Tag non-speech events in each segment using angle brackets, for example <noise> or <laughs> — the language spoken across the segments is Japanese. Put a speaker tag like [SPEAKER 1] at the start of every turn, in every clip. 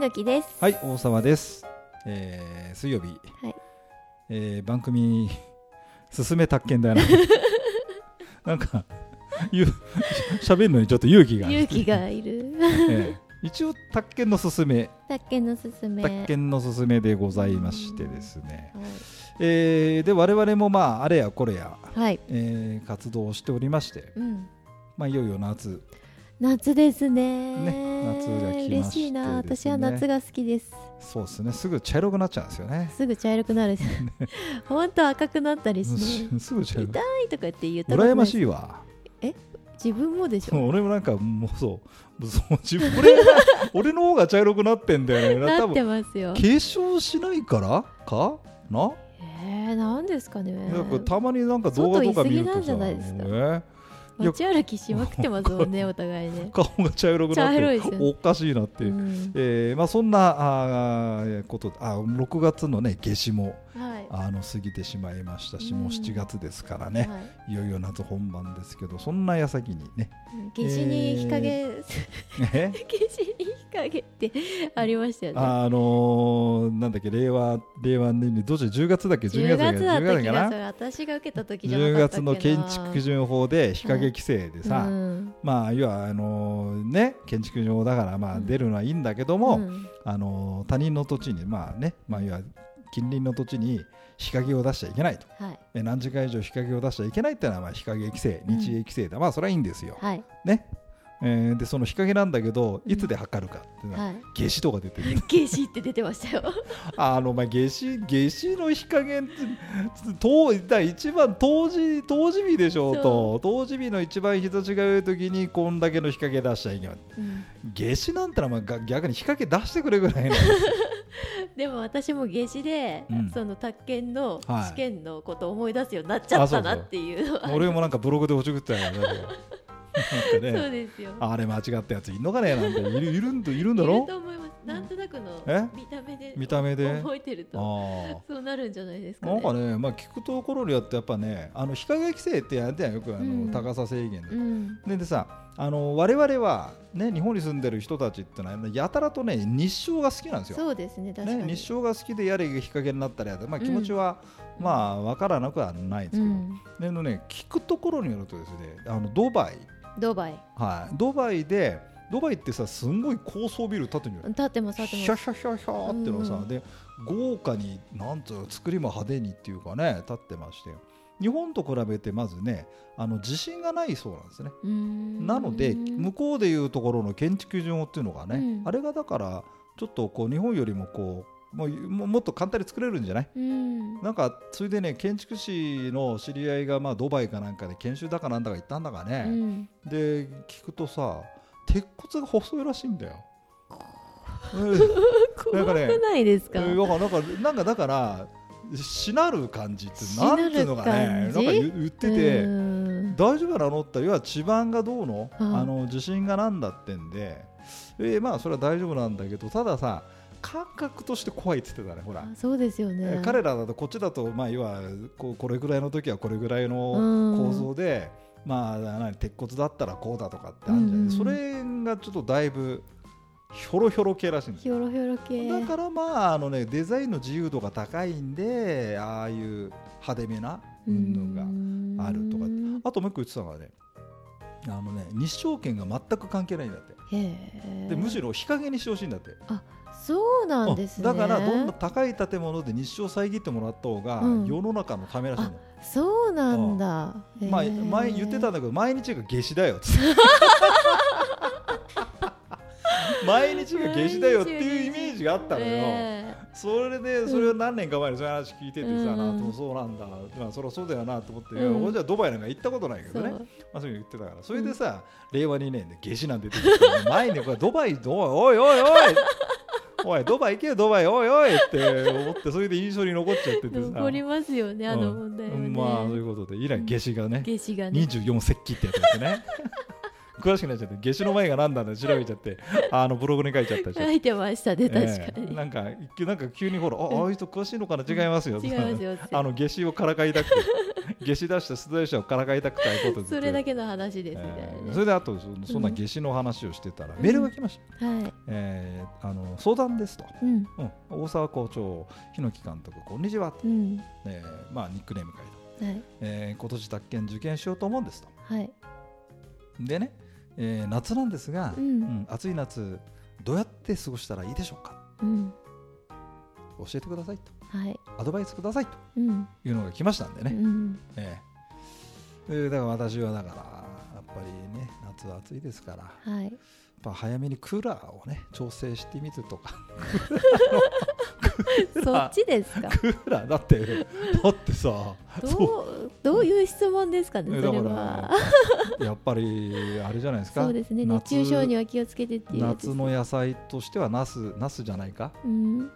[SPEAKER 1] どきです。
[SPEAKER 2] はい、大沢です。えー、水曜日、
[SPEAKER 1] はい
[SPEAKER 2] えー番組「進め宅
[SPEAKER 1] <laughs>
[SPEAKER 2] 建」だよな。なんかゆ喋るのにちょっと勇気がある
[SPEAKER 1] 勇気がい
[SPEAKER 2] <laughs>
[SPEAKER 1] る。
[SPEAKER 2] ええ一応宅建の勧め
[SPEAKER 1] 宅建のすすめ。
[SPEAKER 2] 宅建の勧めでございましてですね、
[SPEAKER 1] はい
[SPEAKER 2] えーで我々もまああれやこれや、
[SPEAKER 1] はい。
[SPEAKER 2] えー活動をしておりまして、
[SPEAKER 1] うん。
[SPEAKER 2] まあ、いよいよ夏
[SPEAKER 1] 夏ですね。
[SPEAKER 2] ね夏が来まして
[SPEAKER 1] 嬉しいな。
[SPEAKER 2] ですね
[SPEAKER 1] 私は夏が好きです。
[SPEAKER 2] そうですねすぐ茶色くなっちゃうんですよね
[SPEAKER 1] すぐ茶色くなる。 <laughs> 本当赤くなったりして。
[SPEAKER 2] すぐ茶色く
[SPEAKER 1] 痛いとかって言ったことな
[SPEAKER 2] 羨ま
[SPEAKER 1] い。
[SPEAKER 2] しいわ
[SPEAKER 1] 自分もでし
[SPEAKER 2] もう
[SPEAKER 1] ょ。
[SPEAKER 2] 俺もなんかもうそうそう自分
[SPEAKER 1] <laughs>
[SPEAKER 2] 俺が俺の方が茶色くなってんだよね
[SPEAKER 1] な
[SPEAKER 2] 多
[SPEAKER 1] って
[SPEAKER 2] 分
[SPEAKER 1] ますよ
[SPEAKER 2] 化。粧しないからかな、
[SPEAKER 1] えー、なんですかね。
[SPEAKER 2] なんかたまになんか動画とか見ると
[SPEAKER 1] 外言い過ぎな
[SPEAKER 2] さ
[SPEAKER 1] んじゃないですか
[SPEAKER 2] もうね
[SPEAKER 1] 街歩きしまくってますもんね、お互い
[SPEAKER 2] <laughs>
[SPEAKER 1] ね。
[SPEAKER 2] 顔が茶色くなって
[SPEAKER 1] 茶色いですよね
[SPEAKER 2] おかしいなって、
[SPEAKER 1] うん
[SPEAKER 2] えーまあ、そんなあーことあ6月のね夏至も
[SPEAKER 1] はい。
[SPEAKER 2] あの過ぎてしまいましたし、
[SPEAKER 1] うん
[SPEAKER 2] もう7月ですからね、
[SPEAKER 1] はい
[SPEAKER 2] い、よいよ夏本番ですけどそんな矢先に
[SPEAKER 1] <laughs>
[SPEAKER 2] ね
[SPEAKER 1] うん夏至に日陰、 <laughs>
[SPEAKER 2] え
[SPEAKER 1] 夏至に日陰ってありましたよね。
[SPEAKER 2] あのー、なんだっけ令和令和年にどうして10月だっけ
[SPEAKER 1] 10
[SPEAKER 2] 12月だっけ
[SPEAKER 1] 月だった
[SPEAKER 2] 10
[SPEAKER 1] 気がす
[SPEAKER 2] 月かな
[SPEAKER 1] る私が受けた時じゃな
[SPEAKER 2] 10
[SPEAKER 1] かったっ
[SPEAKER 2] 月の建築基準法で日陰規制でさ、
[SPEAKER 1] うん
[SPEAKER 2] まあ要はあのーね建築基準法だからまあ
[SPEAKER 1] うん
[SPEAKER 2] 出るのはいいんだけども、
[SPEAKER 1] うん
[SPEAKER 2] あのー他人の土地にまあねまあ要は近隣の土地に日陰を出しちゃいけないと
[SPEAKER 1] はい
[SPEAKER 2] で何時間以上日陰を出しちゃいけないってのはまあ日陰規制
[SPEAKER 1] うん
[SPEAKER 2] 日営規制だ、まあそれはいいんですよ、
[SPEAKER 1] はい
[SPEAKER 2] ね、えーでその日陰なんだけどいつで測るかっていうのは、
[SPEAKER 1] はい
[SPEAKER 2] 夏至とか出てる
[SPEAKER 1] 夏至って出てましたよ
[SPEAKER 2] あのまあ夏至夏至の日陰って当だ一番冬至冬至日でしょうと冬至日の一番日差しが良い時にこんだけの日陰出しちゃいけない
[SPEAKER 1] うん
[SPEAKER 2] 夏至なんてのはまあが逆に日陰出してくれぐらい
[SPEAKER 1] <laughs>
[SPEAKER 2] の
[SPEAKER 1] でも私も夏至で
[SPEAKER 2] うん
[SPEAKER 1] その宅建の
[SPEAKER 2] はい
[SPEAKER 1] 試験のことを思い出すようになっちゃったなっていう <laughs> のは
[SPEAKER 2] 俺もなんかブログでおちょくってたよ
[SPEAKER 1] <laughs>
[SPEAKER 2] ねなんか
[SPEAKER 1] そう
[SPEAKER 2] ね
[SPEAKER 1] ですよ
[SPEAKER 2] あれ間違ったやついんのかねなんているいるんといるんだ
[SPEAKER 1] い
[SPEAKER 2] ろ
[SPEAKER 1] ると思いますなんとなくの
[SPEAKER 2] え
[SPEAKER 1] 見た目で
[SPEAKER 2] 見た目で
[SPEAKER 1] 覚えてる
[SPEAKER 2] あ
[SPEAKER 1] と
[SPEAKER 2] ー
[SPEAKER 1] そうなるんじゃないですか
[SPEAKER 2] なん
[SPEAKER 1] ね
[SPEAKER 2] かね、まあ、聞くところによってやっぱねあの日陰規制ってやるじゃんよくあの、
[SPEAKER 1] うん
[SPEAKER 2] 高さ制限で
[SPEAKER 1] うん
[SPEAKER 2] ででさあの我々は、ね、日本に住んでる人たちってのはやたらとね日照が好きなんですよ。
[SPEAKER 1] そうですね確か
[SPEAKER 2] ね、
[SPEAKER 1] に
[SPEAKER 2] 日照が好きでやれ日陰になったりやで、まあ、気持ちは、
[SPEAKER 1] うん
[SPEAKER 2] まあ分からなくはないんです
[SPEAKER 1] う
[SPEAKER 2] けど、
[SPEAKER 1] ん
[SPEAKER 2] であのね、聞くところによるとですねあのドバイ、
[SPEAKER 1] ドバイ
[SPEAKER 2] はい、ドバイでドバイってさすんごい高層ビル建ってるのよ。
[SPEAKER 1] 立ってます立
[SPEAKER 2] ヒャヒ
[SPEAKER 1] って
[SPEAKER 2] ャ
[SPEAKER 1] ます
[SPEAKER 2] ヒャヒャってのをさ、
[SPEAKER 1] うん
[SPEAKER 2] で豪華になんつうの作りも派手にっていうかね立ってまして日本と比べてまずねあの地震がないそうなんですね。な
[SPEAKER 1] な
[SPEAKER 2] ので向こうでいうところの建築基準法っていうのがね、
[SPEAKER 1] うん
[SPEAKER 2] あれがだからちょっとこう日本よりもこうもうももっと簡単に作れるんじゃない
[SPEAKER 1] うん
[SPEAKER 2] なんかそれでね建築士の知り合いがまあドバイかなんかで研修だかなんだか行ったんだか
[SPEAKER 1] う
[SPEAKER 2] ね、
[SPEAKER 1] ん
[SPEAKER 2] で聞くとさ鉄骨が細いらしいんだよ。
[SPEAKER 1] 怖くないですか。
[SPEAKER 2] <laughs> えーだからなんかなんかだからしなる感じってなんていうのがねな
[SPEAKER 1] しなる感
[SPEAKER 2] んか
[SPEAKER 1] じ
[SPEAKER 2] 言言ってて。
[SPEAKER 1] うん
[SPEAKER 2] 大丈夫なのって要は地盤がどうの,、
[SPEAKER 1] うん
[SPEAKER 2] あの地震がなんだってんで、えーまあそれは大丈夫なんだけどたださ感覚として怖いって言ってたねほら、
[SPEAKER 1] あそうですよ
[SPEAKER 2] え
[SPEAKER 1] ね
[SPEAKER 2] ー。彼らだとこっちだとまあ要はこうこれぐらいの時はこれぐらいの
[SPEAKER 1] うん
[SPEAKER 2] 構造で、まあ何鉄骨だったらこうだとかってあるんじゃ
[SPEAKER 1] う
[SPEAKER 2] ない、
[SPEAKER 1] んうん
[SPEAKER 2] それがちょっとだいぶひょろひょろ系らしいんです
[SPEAKER 1] ひ
[SPEAKER 2] よ
[SPEAKER 1] ょろひょろ系。
[SPEAKER 2] だからまああのねデザインの自由度が高いんでああいう派手めなのががあるとか
[SPEAKER 1] うん
[SPEAKER 2] あともう一個言ってたのがねあのね日照権が全く関係ないんだって
[SPEAKER 1] へえ。
[SPEAKER 2] でむしろ日陰にしてほしいんだって
[SPEAKER 1] そうなんです
[SPEAKER 2] うん
[SPEAKER 1] ね。
[SPEAKER 2] だからどんな高い建物で日照を遮ってもらった方が
[SPEAKER 1] うん
[SPEAKER 2] 世の中のためらしいの、
[SPEAKER 1] そうなんだ。
[SPEAKER 2] まあ、
[SPEAKER 1] へえ
[SPEAKER 2] 前言ってたんだけど毎日が夏至だよ
[SPEAKER 1] <laughs>
[SPEAKER 2] っつって毎日が夏至だよっていうイメージがあったのよ、
[SPEAKER 1] え
[SPEAKER 2] それでそれを何年か前にそういう話聞いててさ、
[SPEAKER 1] うん
[SPEAKER 2] なあとそうなんだ、まあ、そりゃそうだよなと思って、
[SPEAKER 1] うん
[SPEAKER 2] 俺じゃドバイなんか行ったことないけ
[SPEAKER 1] え
[SPEAKER 2] ど
[SPEAKER 1] そ
[SPEAKER 2] ね
[SPEAKER 1] う
[SPEAKER 2] まあ、そういうの言ってたからそれでさ、令和2年で夏至なんて言ってたけど前にこれドバイどおいおいおいおいドバイ行けよドバイおいおいって思ってそれで印象に残っちゃっててさ
[SPEAKER 1] 残りますよねあの問題は
[SPEAKER 2] うんまあそうい
[SPEAKER 1] ね。
[SPEAKER 2] うことで以来夏至がね
[SPEAKER 1] 夏至がね。
[SPEAKER 2] 24節気ってやつですね <laughs> 詳しくなっちゃって夏至の前が何なんだって調べちゃってあのブログに書いちゃったりして
[SPEAKER 1] 書いてましたね確か
[SPEAKER 2] ええ
[SPEAKER 1] に。
[SPEAKER 2] なんか <laughs> なんか急にほらあああいう人詳しいのかな違いますよ
[SPEAKER 1] 違いますよ。
[SPEAKER 2] あの夏至をからかいだく夏至出して出題者をからかいたくないこと
[SPEAKER 1] それだ
[SPEAKER 2] け
[SPEAKER 1] けの話ですみたいな
[SPEAKER 2] えー
[SPEAKER 1] ね
[SPEAKER 2] それであとそそんな夏至の話をしてたら、メールが来ました、
[SPEAKER 1] はい
[SPEAKER 2] えーあの相談ですと、
[SPEAKER 1] うん
[SPEAKER 2] うん、大沢校長檜監督こんにちは、
[SPEAKER 1] うん
[SPEAKER 2] えーまあ、ニックネーム書いた、
[SPEAKER 1] はい
[SPEAKER 2] えー今年宅建受験しようと思うんですと
[SPEAKER 1] はい
[SPEAKER 2] でね、えー夏なんですが、
[SPEAKER 1] う
[SPEAKER 2] うんん、暑い夏どうやって過ごしたらいいでしょうか
[SPEAKER 1] うん
[SPEAKER 2] 教えてくださいと
[SPEAKER 1] はい
[SPEAKER 2] アドバイスくださいと
[SPEAKER 1] うん
[SPEAKER 2] いうのが来ましたんで
[SPEAKER 1] う
[SPEAKER 2] ね、
[SPEAKER 1] ん
[SPEAKER 2] ええでだから私はだからやっぱりね夏は暑いですからやっ
[SPEAKER 1] はい
[SPEAKER 2] ぱ早めにクーラーをね調整してみるとか
[SPEAKER 1] そっちです
[SPEAKER 2] <laughs>
[SPEAKER 1] か
[SPEAKER 2] クーラーだってだってさ
[SPEAKER 1] どうどういう質問ですか
[SPEAKER 2] え
[SPEAKER 1] ね
[SPEAKER 2] だ
[SPEAKER 1] そ
[SPEAKER 2] か
[SPEAKER 1] れ
[SPEAKER 2] ら
[SPEAKER 1] は
[SPEAKER 2] やっぱりあれじゃないですか
[SPEAKER 1] そうですね熱中
[SPEAKER 2] 夏
[SPEAKER 1] 症には気をつけてっていうやつです
[SPEAKER 2] 夏の野菜としてはナスナスじゃないか
[SPEAKER 1] うん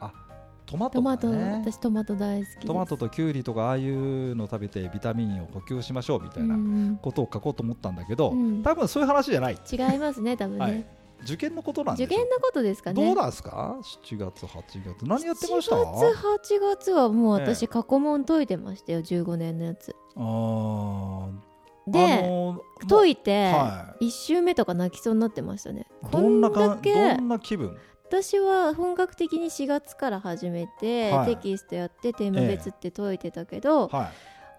[SPEAKER 2] トマト
[SPEAKER 1] ト
[SPEAKER 2] だ
[SPEAKER 1] マト
[SPEAKER 2] ね
[SPEAKER 1] 私トマト大好きです
[SPEAKER 2] トマトとキュウリとかああいうの食べてビタミンを補給しましょうみたいな
[SPEAKER 1] うん
[SPEAKER 2] ことを書こうと思ったんだけど、
[SPEAKER 1] うん
[SPEAKER 2] 多分そういう話じゃない
[SPEAKER 1] 違いますね多分
[SPEAKER 2] はい
[SPEAKER 1] ね
[SPEAKER 2] 受験のことなんで
[SPEAKER 1] 受
[SPEAKER 2] しょ
[SPEAKER 1] 験のことですかね
[SPEAKER 2] どうなんですか7月8月何やってました
[SPEAKER 1] 7月8月はもう私
[SPEAKER 2] ええ
[SPEAKER 1] 過去問解いてましたよ15年のやつ
[SPEAKER 2] あー
[SPEAKER 1] で、
[SPEAKER 2] あのー
[SPEAKER 1] 解いて、
[SPEAKER 2] は
[SPEAKER 1] 一1周目とか泣きそうになってましたね
[SPEAKER 2] い
[SPEAKER 1] こ
[SPEAKER 2] ど
[SPEAKER 1] ん
[SPEAKER 2] んな
[SPEAKER 1] だ
[SPEAKER 2] か
[SPEAKER 1] け
[SPEAKER 2] どんな気分
[SPEAKER 1] 私は本格的に4月から始めて、
[SPEAKER 2] はい
[SPEAKER 1] テキストやってテーマ別って解いてたけど、
[SPEAKER 2] は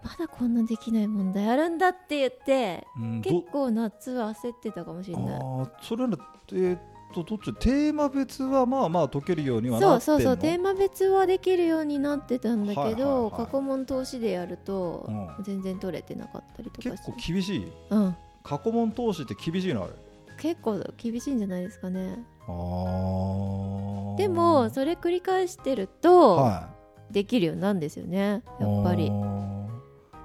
[SPEAKER 1] まだこんなできない問題あるんだって言って
[SPEAKER 2] い、うん、
[SPEAKER 1] 結
[SPEAKER 2] ど
[SPEAKER 1] 構夏は焦ってたかもしれない
[SPEAKER 2] あーそれならえーっとどっちテーマ別はまあまあ解けるようには
[SPEAKER 1] そ
[SPEAKER 2] な
[SPEAKER 1] う
[SPEAKER 2] ってん
[SPEAKER 1] そ
[SPEAKER 2] の
[SPEAKER 1] うそうテーマ別はできるようになってたんだけど、
[SPEAKER 2] はいはいはい
[SPEAKER 1] 過去問通しでやると、
[SPEAKER 2] う
[SPEAKER 1] 全然取れてなかったりとか
[SPEAKER 2] 結
[SPEAKER 1] して
[SPEAKER 2] 構厳しい
[SPEAKER 1] うん、
[SPEAKER 2] 過去問通しって厳しいのある
[SPEAKER 1] 結構厳しいんじゃないですかね
[SPEAKER 2] あー
[SPEAKER 1] でもそれ繰り返してると
[SPEAKER 2] は
[SPEAKER 1] できるようになるんですよね
[SPEAKER 2] い
[SPEAKER 1] やっぱり
[SPEAKER 2] あー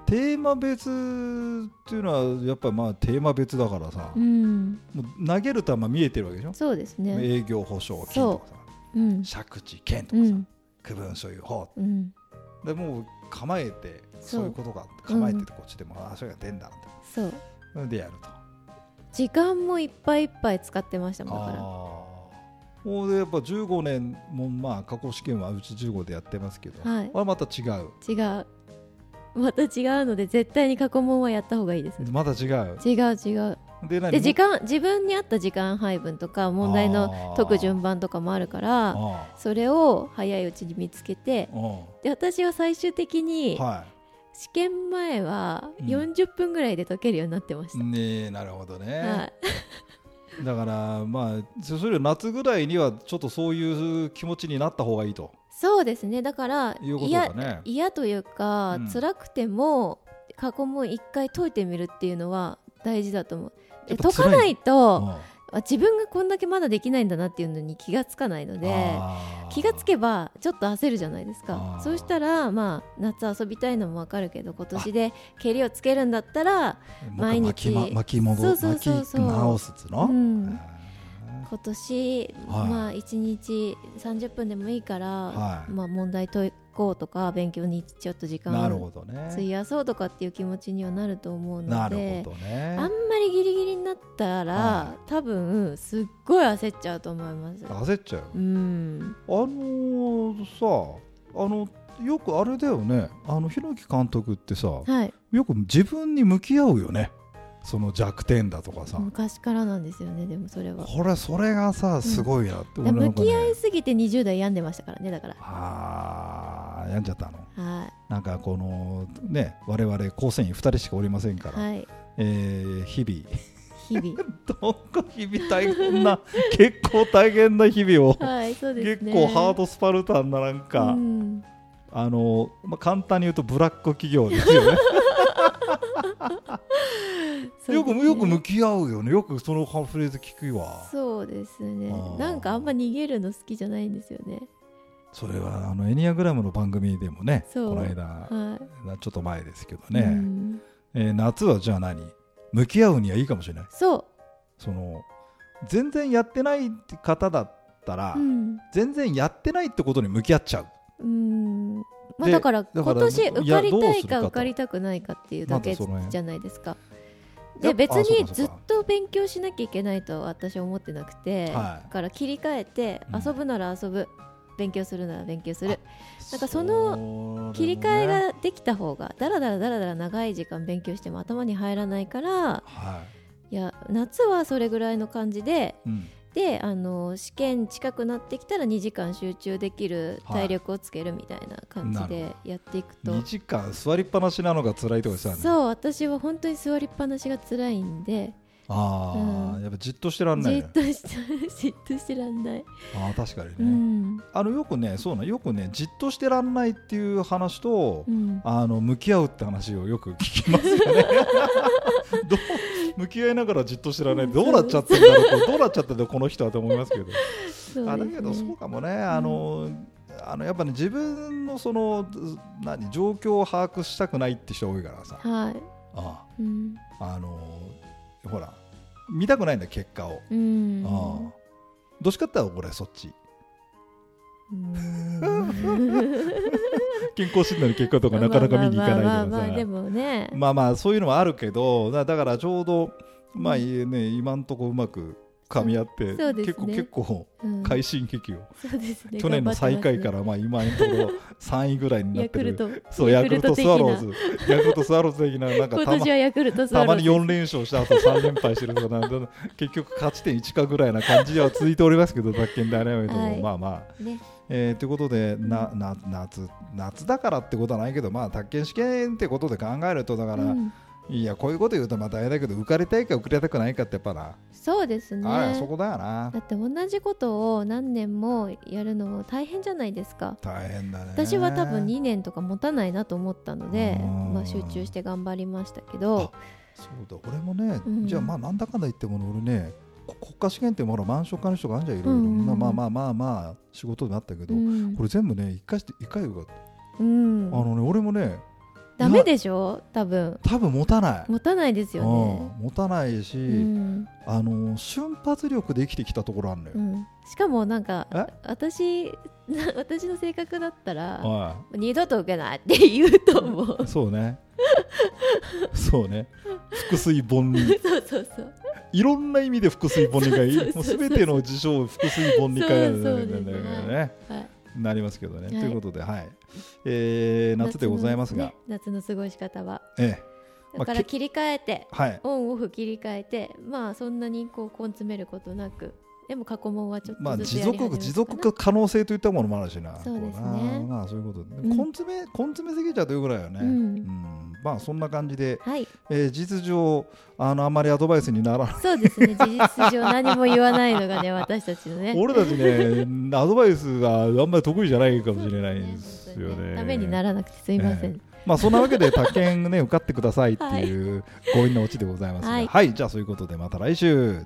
[SPEAKER 2] テーマ別っていうのはやっぱりまあテーマ別だからさ、
[SPEAKER 1] うん
[SPEAKER 2] もう投げる球見えてるわけでしょ、
[SPEAKER 1] そうですね
[SPEAKER 2] 営業保証金とか
[SPEAKER 1] うん
[SPEAKER 2] さ借地権と
[SPEAKER 1] う
[SPEAKER 2] かさ、
[SPEAKER 1] ん
[SPEAKER 2] 区分所有法
[SPEAKER 1] うん
[SPEAKER 2] でもう構えて
[SPEAKER 1] そう
[SPEAKER 2] そういうことが構えててこっちでも、ああそういうのが出んだなって
[SPEAKER 1] そう
[SPEAKER 2] それでやると
[SPEAKER 1] 時間もいっぱいいっぱい使ってましたもんだから
[SPEAKER 2] ああもうでやっぱ15年もまあ過去試験はうち15でやってますけど、
[SPEAKER 1] はい
[SPEAKER 2] あれまた違う
[SPEAKER 1] 違うまた違うので絶対に過去問はやった方がいいです
[SPEAKER 2] また違う
[SPEAKER 1] 違う違う
[SPEAKER 2] で何
[SPEAKER 1] で時間自分に合った時間配分とか問題の解く順番とかもあるから
[SPEAKER 2] あ
[SPEAKER 1] それを早いうちに見つけて
[SPEAKER 2] あうん
[SPEAKER 1] で私は最終的に
[SPEAKER 2] は
[SPEAKER 1] 試験前は
[SPEAKER 2] うん
[SPEAKER 1] 40分ぐらいで解けるようになってまし
[SPEAKER 2] い
[SPEAKER 1] た、
[SPEAKER 2] ねえなるほどね、
[SPEAKER 1] はい、
[SPEAKER 2] だからまあそそれより夏ぐらいにはちょっとそういう気持ちになった方がいいと
[SPEAKER 1] そうですねだから
[SPEAKER 2] いうこと
[SPEAKER 1] 嫌
[SPEAKER 2] だね
[SPEAKER 1] 嫌というか、
[SPEAKER 2] うん
[SPEAKER 1] 辛くても過去問一回解いてみるっていうのは大事だと思うで
[SPEAKER 2] やっぱ
[SPEAKER 1] 解
[SPEAKER 2] 辛い
[SPEAKER 1] かないと
[SPEAKER 2] うん
[SPEAKER 1] あ自分がこんだけまだできないんだなっていうのに気がつかないので
[SPEAKER 2] あー
[SPEAKER 1] 気がつけばちょっと焦るじゃないです
[SPEAKER 2] あ
[SPEAKER 1] か
[SPEAKER 2] ー
[SPEAKER 1] そうしたらまあ夏遊びたいのもわかるけど今年でけりをつけるんだったら毎日
[SPEAKER 2] もう一回巻きま巻き戻
[SPEAKER 1] そうそうそうそう
[SPEAKER 2] 巻き直すっつうの、
[SPEAKER 1] うん
[SPEAKER 2] へ
[SPEAKER 1] 今年、
[SPEAKER 2] はい
[SPEAKER 1] まあ1日30分でもいいから、
[SPEAKER 2] はい
[SPEAKER 1] まあ、問題解こうとか勉強にちょっと時
[SPEAKER 2] えなる
[SPEAKER 1] 間
[SPEAKER 2] ほどね
[SPEAKER 1] 費やそうとかっていう気持ちにはなると思う
[SPEAKER 2] な
[SPEAKER 1] の
[SPEAKER 2] る
[SPEAKER 1] で
[SPEAKER 2] ほど
[SPEAKER 1] あ
[SPEAKER 2] ね
[SPEAKER 1] んまりギリギリになったら、
[SPEAKER 2] は
[SPEAKER 1] 多分すっごい焦っちゃうと思います。
[SPEAKER 2] 焦っちゃう
[SPEAKER 1] うん、
[SPEAKER 2] あのーさあのよくあれだよねあの檜監督ってさ
[SPEAKER 1] はい
[SPEAKER 2] よく自分に向き合うよねその弱点だとかさ、
[SPEAKER 1] 昔からなんですよねでもそれは。
[SPEAKER 2] これそれがさすごいなって、俺なん
[SPEAKER 1] 向
[SPEAKER 2] か
[SPEAKER 1] き
[SPEAKER 2] ね
[SPEAKER 1] 合いすぎて20代病んでましたからねだから。
[SPEAKER 2] あー病んじゃったの
[SPEAKER 1] は
[SPEAKER 2] なんかこのね我々構成員2人しかおりませんか
[SPEAKER 1] い、
[SPEAKER 2] ら、
[SPEAKER 1] はい、
[SPEAKER 2] えー日々
[SPEAKER 1] 日々
[SPEAKER 2] どんか日々大変な結構大変な日々を、
[SPEAKER 1] はいそうです
[SPEAKER 2] 結
[SPEAKER 1] ね。
[SPEAKER 2] 構ハードスパルタンななんか、
[SPEAKER 1] うん
[SPEAKER 2] あの、まあ、簡単に言うとブラック企業ですよね
[SPEAKER 1] そう
[SPEAKER 2] よ
[SPEAKER 1] です
[SPEAKER 2] く
[SPEAKER 1] ね
[SPEAKER 2] よく向き合うよねよくそのフレーズ聞くわ
[SPEAKER 1] そうですね
[SPEAKER 2] あー
[SPEAKER 1] なんかあんま逃げるの好きじゃないんですよね
[SPEAKER 2] それはあのエニアグラムの番組でもね
[SPEAKER 1] そう
[SPEAKER 2] この間
[SPEAKER 1] は
[SPEAKER 2] なちょっと前ですけど
[SPEAKER 1] い
[SPEAKER 2] ね、
[SPEAKER 1] うん
[SPEAKER 2] えー夏はじゃあ何向き合うにはいいかもしれない
[SPEAKER 1] そ
[SPEAKER 2] その全然やってない方だったら、
[SPEAKER 1] ううん、
[SPEAKER 2] 全然やってないってことに向き合っちゃう
[SPEAKER 1] うんまあ、
[SPEAKER 2] で
[SPEAKER 1] だから
[SPEAKER 2] だ
[SPEAKER 1] 今
[SPEAKER 2] から
[SPEAKER 1] 年受かり
[SPEAKER 2] いやどう
[SPEAKER 1] た
[SPEAKER 2] す
[SPEAKER 1] い
[SPEAKER 2] るか
[SPEAKER 1] か
[SPEAKER 2] と
[SPEAKER 1] 受かりたくないかっていうだけ
[SPEAKER 2] まずその辺
[SPEAKER 1] じゃないですかで
[SPEAKER 2] やっ
[SPEAKER 1] 別
[SPEAKER 2] あそう
[SPEAKER 1] に
[SPEAKER 2] かそ
[SPEAKER 1] ず
[SPEAKER 2] う
[SPEAKER 1] っ
[SPEAKER 2] か
[SPEAKER 1] と勉強しなきゃいけないとは私は思ってなくて、
[SPEAKER 2] はい
[SPEAKER 1] だから切り替えて
[SPEAKER 2] うん
[SPEAKER 1] 遊ぶなら遊ぶ、勉強するなら勉強す
[SPEAKER 2] あ
[SPEAKER 1] るなんかその切り替えができた方がだらだらだらだら長い時間勉強しても頭に入らないから
[SPEAKER 2] はい
[SPEAKER 1] や夏はそれぐらいの感じで
[SPEAKER 2] い、うん
[SPEAKER 1] であの試験近くなってきたら2時間集中できる体力をつけるみたいな感じでやっていくと、
[SPEAKER 2] 2時間座りっぱなしなのが辛いってことですよね
[SPEAKER 1] そう私は本当に座りっぱなしが辛いんで
[SPEAKER 2] ああ、
[SPEAKER 1] うん
[SPEAKER 2] やっぱじっとしてらんな
[SPEAKER 1] じ
[SPEAKER 2] い
[SPEAKER 1] っ
[SPEAKER 2] ね
[SPEAKER 1] としてじっとしてらんない、
[SPEAKER 2] ああ確かにね、
[SPEAKER 1] うん
[SPEAKER 2] あのよくねそうなんよくねじっとしてらんないっていう話と、
[SPEAKER 1] うん、
[SPEAKER 2] あの向き合うって話をよく聞きますよ
[SPEAKER 1] <laughs>
[SPEAKER 2] ねどう向き合いながらじっとしてらんないどうなっちゃってんだろうとどうなっちゃってんだこの人はと思いますけど
[SPEAKER 1] そうですね
[SPEAKER 2] あだけどそうかもね、あのあのやっぱね自分のその何状況を把握したくないって人多いからさ
[SPEAKER 1] はい
[SPEAKER 2] あ
[SPEAKER 1] うん
[SPEAKER 2] ああのほら見たくないんだ結果を、
[SPEAKER 1] うん
[SPEAKER 2] ああどっちかって言ったら俺そっち
[SPEAKER 1] うん
[SPEAKER 2] 健康診断の結果とかなかなか見に行かない
[SPEAKER 1] まあまあまあまあ
[SPEAKER 2] とか
[SPEAKER 1] まあ
[SPEAKER 2] さ
[SPEAKER 1] でもね、
[SPEAKER 2] まあまあそういうのもあるけどだだからちょうどまあね今んとこうまく噛み合って、
[SPEAKER 1] そうですね
[SPEAKER 2] 結構結構
[SPEAKER 1] うん
[SPEAKER 2] 快進撃を、
[SPEAKER 1] そうですね
[SPEAKER 2] 去年の最下位かららまあ今のところ3位ぐらいにな
[SPEAKER 1] ヤ
[SPEAKER 2] って
[SPEAKER 1] ク
[SPEAKER 2] る
[SPEAKER 1] ルト
[SPEAKER 2] そうヤクルトスワロー
[SPEAKER 1] ズ
[SPEAKER 2] ズヤクルトスワローズ的ななんか
[SPEAKER 1] 今
[SPEAKER 2] たま
[SPEAKER 1] 年はヤクルトス
[SPEAKER 2] た
[SPEAKER 1] ワロ
[SPEAKER 2] ま
[SPEAKER 1] ーズ
[SPEAKER 2] に4連勝した後3連敗してるとかなんだ結局勝ち点1かぐらいな感じは続いておりますけど宅建ダイナミットも、
[SPEAKER 1] はい
[SPEAKER 2] まあまあ
[SPEAKER 1] ね
[SPEAKER 2] えー、ということでなな夏夏だからってことはないけど、まあ、宅建試験ってことで考えるとだから、
[SPEAKER 1] うん
[SPEAKER 2] いやこういうこと言うとまたあれだけど受かりたいか受かりたくないかってやっぱな、
[SPEAKER 1] そうですね
[SPEAKER 2] ああそこだよな
[SPEAKER 1] だって同じことを何年もやるのも大変じゃないですか
[SPEAKER 2] 大変だね
[SPEAKER 1] 私は多分2年とか持たないなと思ったので、
[SPEAKER 2] うん
[SPEAKER 1] まあ、集中して頑張りましたけど
[SPEAKER 2] そうだ俺もね、
[SPEAKER 1] うん
[SPEAKER 2] じゃあまあなんだかんだ言ってもね俺ねこ国家試験ってほらマンション化の人があるじゃんいろいろ、
[SPEAKER 1] うんうんうん
[SPEAKER 2] まあまあまあまあ仕事でなったけ
[SPEAKER 1] う
[SPEAKER 2] ど、
[SPEAKER 1] ん
[SPEAKER 2] こ、れ全部ね一回して一回受かった、
[SPEAKER 1] うん
[SPEAKER 2] あのね俺もね
[SPEAKER 1] ダメでしょ多分
[SPEAKER 2] 多分持たない
[SPEAKER 1] 持たないですよね
[SPEAKER 2] うん持たないし、
[SPEAKER 1] うん
[SPEAKER 2] あの瞬発力で生きてきたところあるのよ、
[SPEAKER 1] うんしかもなんか
[SPEAKER 2] え
[SPEAKER 1] 私 <laughs> 私の性格だったら
[SPEAKER 2] は
[SPEAKER 1] 二度と受けないって言うと思う
[SPEAKER 2] い、そうね <laughs> そうね腹水
[SPEAKER 1] <laughs>
[SPEAKER 2] 盆に
[SPEAKER 1] そうそうそう
[SPEAKER 2] いろんな意味で腹水盆に
[SPEAKER 1] そうそう
[SPEAKER 2] 会
[SPEAKER 1] そ
[SPEAKER 2] もう
[SPEAKER 1] うそう
[SPEAKER 2] 全ての事象を腹水盆に変える
[SPEAKER 1] そうそ
[SPEAKER 2] ね
[SPEAKER 1] うですね
[SPEAKER 2] ね
[SPEAKER 1] はい
[SPEAKER 2] なりますけど
[SPEAKER 1] は
[SPEAKER 2] ね、
[SPEAKER 1] い
[SPEAKER 2] ということではい、えー夏でございますが、
[SPEAKER 1] 夏のね夏の過ごし方は
[SPEAKER 2] ええまあ
[SPEAKER 1] だから切り替えて
[SPEAKER 2] はい
[SPEAKER 1] オンオフ切り替えてまあそんなにこう根詰めることなくでも過去問はちょっ
[SPEAKER 2] ま
[SPEAKER 1] とず
[SPEAKER 2] あ
[SPEAKER 1] つ
[SPEAKER 2] 持
[SPEAKER 1] やり始め
[SPEAKER 2] 続持続
[SPEAKER 1] か
[SPEAKER 2] 化可能性といったものもあるしな
[SPEAKER 1] そうですね
[SPEAKER 2] こなまあそういうことで、
[SPEAKER 1] うん
[SPEAKER 2] 根詰め根詰めすぎちゃうというぐらいよね、
[SPEAKER 1] うん
[SPEAKER 2] んまあそんな感じで、
[SPEAKER 1] なはい
[SPEAKER 2] えー実情あのあまりアドバイス
[SPEAKER 1] <laughs>
[SPEAKER 2] にならない
[SPEAKER 1] そうです
[SPEAKER 2] <laughs>
[SPEAKER 1] ね事実上何も言わないのがね私たちのね
[SPEAKER 2] 俺たちね、アドバイスがあんまり得意じゃないかもしれないですよ
[SPEAKER 1] そうです
[SPEAKER 2] ね。
[SPEAKER 1] ダメにならなくてすいません、
[SPEAKER 2] えまあそんなわけで、他県ね、受かってくださいっていう強引なオチでございますが、は、
[SPEAKER 1] はいい
[SPEAKER 2] じゃあそういうことでまた来週。